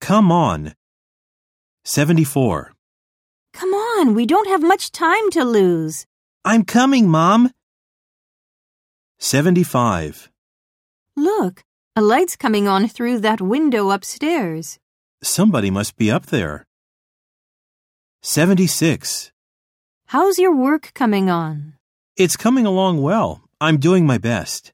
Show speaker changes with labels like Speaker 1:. Speaker 1: Come on. 74.
Speaker 2: Come on, we don't have much time to lose.
Speaker 1: I'm coming, Mom. 75.
Speaker 2: Look, a light's coming on through that window upstairs.
Speaker 1: Somebody must be up there. 76.
Speaker 2: How's your work coming on?
Speaker 1: It's coming along well. I'm doing my best.